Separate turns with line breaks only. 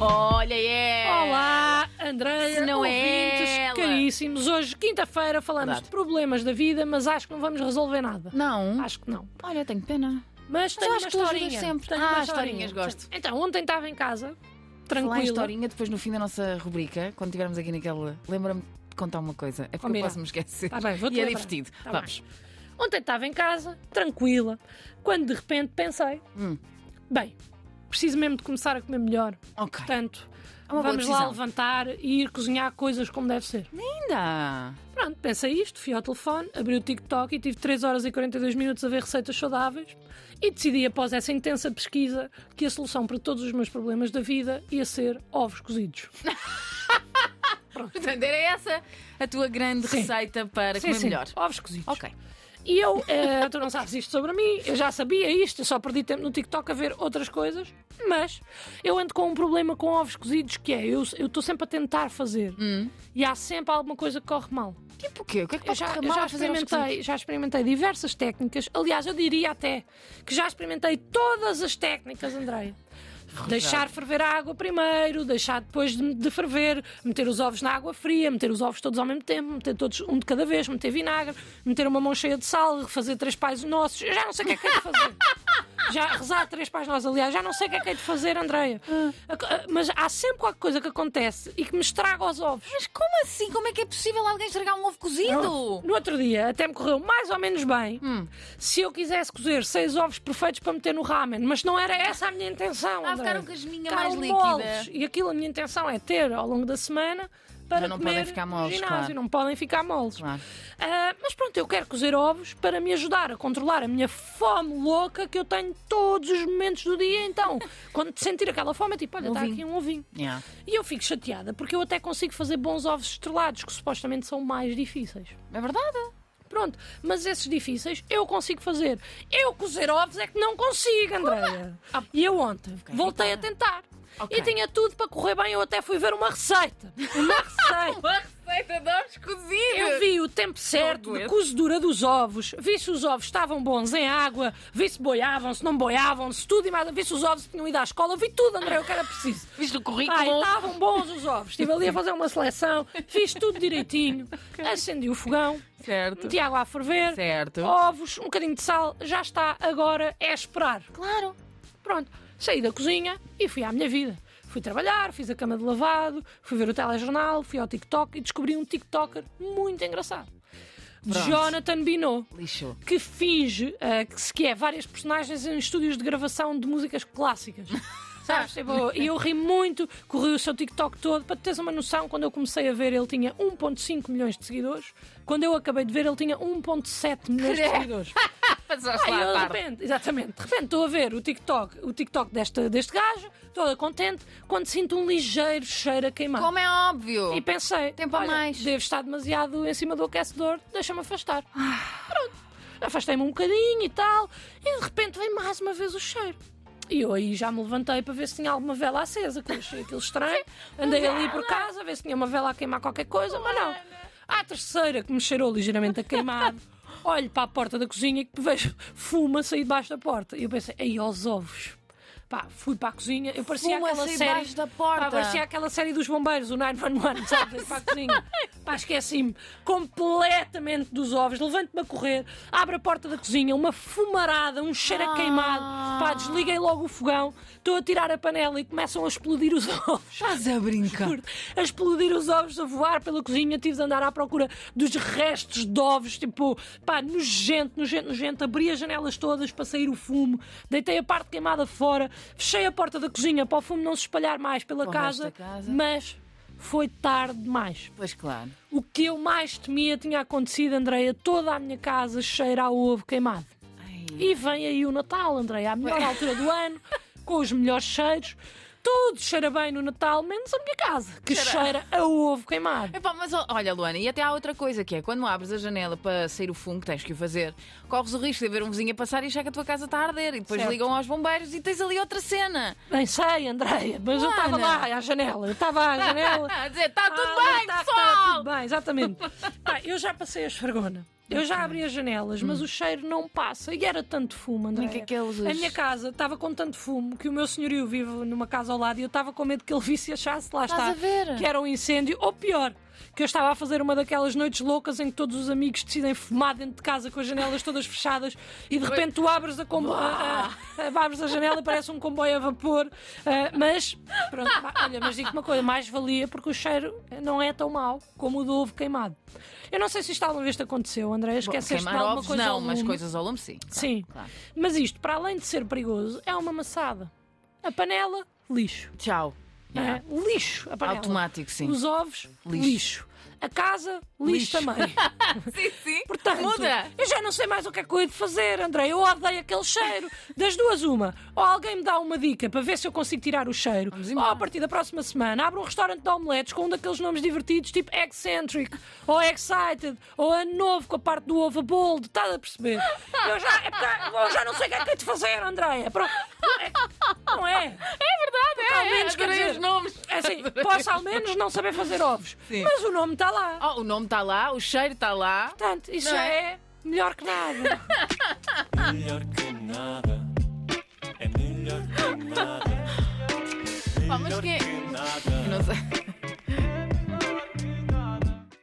Olha,
é.
yeah!
Olá, Andréia,
Se não é
ouvintes
ela.
caríssimos. Hoje, quinta-feira, falamos
Verdade.
de problemas da vida, mas acho que não vamos resolver nada.
Não?
Acho que não.
Ah, Olha, tenho pena.
Mas tenho
eu
uma
acho que tu ajudas
historinha.
sempre.
Tenho
Ah,
uma
historinhas,
historinha.
gosto.
Então, ontem estava em casa,
Falar em
tranquila.
historinha, depois no fim da nossa rubrica, quando estivermos aqui naquela. Lembra-me de contar uma coisa. É porque eu
Combinado.
posso me esquecer.
Tá bem, vou-te
e é
lembrar.
divertido.
Tá
Vamos.
bem. Ontem estava em casa, tranquila, quando de repente pensei:
Hum.
bem, preciso mesmo de começar a comer melhor.
Ok.
Portanto,
É uma boa
vamos lá
decisão.
levantar e ir cozinhar coisas como deve ser.
Ainda.
Pronto, pensei isto, fui ao telefone, abri o TikTok e tive 3 horas e 42 minutos a ver receitas saudáveis e decidi, após essa intensa pesquisa, que a solução para todos os meus problemas da vida ia ser ovos cozidos.
Portanto, era essa a tua grande
Sim.
receita para
Sim,
comer
sim,
é melhor.
Assim, Ovos cozidos.
Ok.
E eu, eh, tu não sabes isto sobre mim, eu já sabia isto, eu só perdi tempo no TikTok a ver outras coisas, mas eu ando com um problema com ovos cozidos que é, eu eu estou sempre a tentar fazer
Hum.
e há sempre alguma coisa que corre mal.
Tipo o quê? O que é que
Eu
pode
já,
correr
eu
mal
já
a fazer aos
experimentei, já experimentei diversas técnicas. Aliás, eu diria até que já experimentei todas as técnicas, Andréia. Deixar ferver a água primeiro, deixar depois de, de ferver, meter os ovos na água fria, meter os ovos todos ao mesmo tempo, meter todos um de cada vez, meter vinagre, meter uma mão cheia de sal, refazer três pais nossos. Eu já não sei o que é que é de fazer. Já rezar três pais nós, aliás, já não sei o que é que é de fazer, Andréia. A co- a- Mas há sempre qualquer coisa que acontece e que me estraga os ovos.
Mas como assim? Como é que é possível alguém estragar um ovo cozido?
No outro dia até me correu mais ou menos bem
Hum.
se eu quisesse cozer seis ovos perfeitos para meter no ramen, mas não era essa a minha intenção.
Ah,
André.
ficaram com a geminha
Ficaram
mais líquida.
moles. E aquilo a minha intenção é ter ao longo da semana para
Já não
comer
podem ficar moles,
no ginásio.
claro.
Não podem ficar moles.
Claro.
Ah, mas pronto, eu quero cozer ovos para me ajudar a controlar a minha fome louca que eu tenho todos os momentos do dia. Então, quando sentir aquela fome, é tipo, olha, está
Ovinho.
aqui um ovinho.
Yeah.
E eu fico chateada porque eu até consigo fazer bons ovos estrelados, que supostamente são mais difíceis.
É verdade.
Pronto, mas esses difíceis eu consigo fazer. Eu cozer ovos é que não consigo, Andréia. E eu ontem voltei a tentar.
Ok.
E tinha tudo para correr bem, eu até fui ver uma receita. Uma receita.
Uma receita de ovos cozidos.
Eu vi o tempo certo de
aguento.
cozedura dos ovos, vi se os ovos estavam bons em água, vi se boiavam, se não boiavam, se tudo e mais, vi se os ovos tinham ido à escola, vi tudo, André, o que era preciso.
Viste o
Pai,
currículo?
estavam bons os ovos. Estive ali a fazer uma seleção, fiz tudo direitinho, acendi o fogão,
tá Certo.
meti água a ferver,
Certo.
ovos, um bocadinho de sal, já está, agora é esperar.
Claro.
Pronto, saí da cozinha e fui à minha vida. Fui trabalhar, fiz a cama de lavado, fui ver o telejornal, fui ao TikTok e descobri um TikToker muito engraçado.
Pronto.
Jonathan Binot,
Lixo.
que finge ah, que se que é várias personagens em estúdios de gravação de músicas clássicas. Sabes? Tipo, E eu ri muito, corri o seu TikTok todo. Para teres uma noção, quando eu comecei a ver, ele tinha 1,5 milhões de seguidores. Quando eu acabei de ver, ele tinha 1,7 milhões de seguidores.
Passaste
Ah,
lá
eu,
à
de
tarde.
repente, exatamente, de repente estou a ver o TikTok, o TikTok deste, deste gajo, toda contente, quando sinto um ligeiro cheiro a queimar.
Como é óbvio.
E pensei,
Tempo a
olha,
mais.
devo estar demasiado em cima do aquecedor, deixa-me afastar. Pronto,
Ah.
afastei-me um bocadinho e tal, e de repente vem mais uma vez o cheiro. E eu aí já me levantei para ver se tinha alguma vela acesa, que eu achei aquilo estranho. Andei
é
ali por casa a ver se tinha uma vela a queimar qualquer coisa, mas não. À terceira, que me cheirou ligeiramente a queimado, olho para a porta da cozinha e que vejo fuma sair debaixo da porta. E eu pensei, aí aos ovos. Pá, fui para a cozinha, eu parecia
Fuma
aquela
sair
série.
debaixo da porta.
Pá, parecia aquela série dos bombeiros, o 911, sabe? Para a cozinha. Pá, esqueci-me completamente dos ovos. Levanto-me a correr, abro a porta da cozinha, uma fumarada, um cheiro a queimado. Pá, desliguei logo o fogão, estou a tirar a panela e começam a explodir os ovos.
Estás a brincar.
A explodir os ovos, a voar pela cozinha, tive de andar à procura dos restos de ovos, tipo, pá, nojento, nojento, nojento. Abri as janelas todas para sair o fumo, deitei a parte queimada fora, fechei a porta da cozinha para o fumo não se espalhar mais pela
Para o
casa,
resto da casa.
mas foi tarde demais.
Pois claro.
O que eu mais temia tinha acontecido, Andreia, toda a minha casa cheira a ovo queimado.
Ai.
E vem aí o Natal, André, à melhor altura do ano, com os melhores cheiros. Tudo cheira bem no Natal, menos a minha casa, que cheira a ovo queimado.
Epá, mas ó, olha, Luana, e até há outra coisa que é quando abres a janela para sair o fumo, que tens que o fazer, corres o risco de haver um vizinho a passar e achar que a tua casa está a arder. E depois
Certo.
ligam aos bombeiros e tens ali outra cena.
Nem sei, Andréia, mas eu estava
Luana.
lá à janela, eu estava à janela.
A dizer, está Tá tudo
Ah,
bem,
tá- tá
pessoal!
tudo bem, exatamente. Pá, eu já passei a esfregona. Eu já abri as janelas, mas o cheiro não passa. E era tanto fumo, André.
Nem Hum. que aqueles-
A minha casa estava com tanto fumo que o meu senhorio vive numa casa ao lado e eu estava com medo que ele visse e achasse lá
Estás
está
a ver?
que era um incêndio, ou pior, que eu estava a fazer uma daquelas noites loucas em que todos os amigos decidem fumar dentro de casa com as janelas todas fechadas e de repente tu abres a, combo- a, a- a- abres a janela e parece um comboio a vapor. Ah, mas, pronto, vá, olha, mas digo uma coisa, mais valia porque o cheiro não é tão mau como o do ovo queimado. Eu não sei se isto alguma vez te aconteceu, André,
Bom,
esqueceste de
Queimar
alguma
ovos
coisa
não,
ao
mas
lume.
coisas ao lume sim. Claro,
Sim.
claro.
Mas isto, para além de ser perigoso, é uma maçada. A panela, lixo.
Tchau. Yeah.
É, lixo, a panela.
Automático, sim.
Os ovos,
Lixo.
lixo. A casa, lixo,
Lixo.
também.
Sim, sim.
Portanto,
Muda.
eu já não sei mais o que é que eu hei de fazer, André. Eu odeio aquele cheiro. Das duas, uma. Ou alguém me dá uma dica para ver se eu consigo tirar o cheiro.
Vamos
Ou
embora.
a partir da próxima semana abro um restaurante de omeletes com um daqueles nomes divertidos, tipo Eccentric, ou Excited, ou Ano Novo com a parte do ovo a bolo. Estás a perceber? Eu já, é porque eu já não sei o que é que hei de fazer, É André. Pronto. Não é?
É verdade,
Ao
é.
menos, quer
adorei
dizer,
os nomes.
É assim, posso ao menos não saber fazer ovos.
Sim.
Mas o nome está lá.
Oh, o nome está lá, o cheiro está lá.
Portanto, isso
Não
já
é?
é melhor que nada.
Melhor que nada. É melhor que nada.
Pá, mas
Melhor
quem é-
que nada.
Não sei.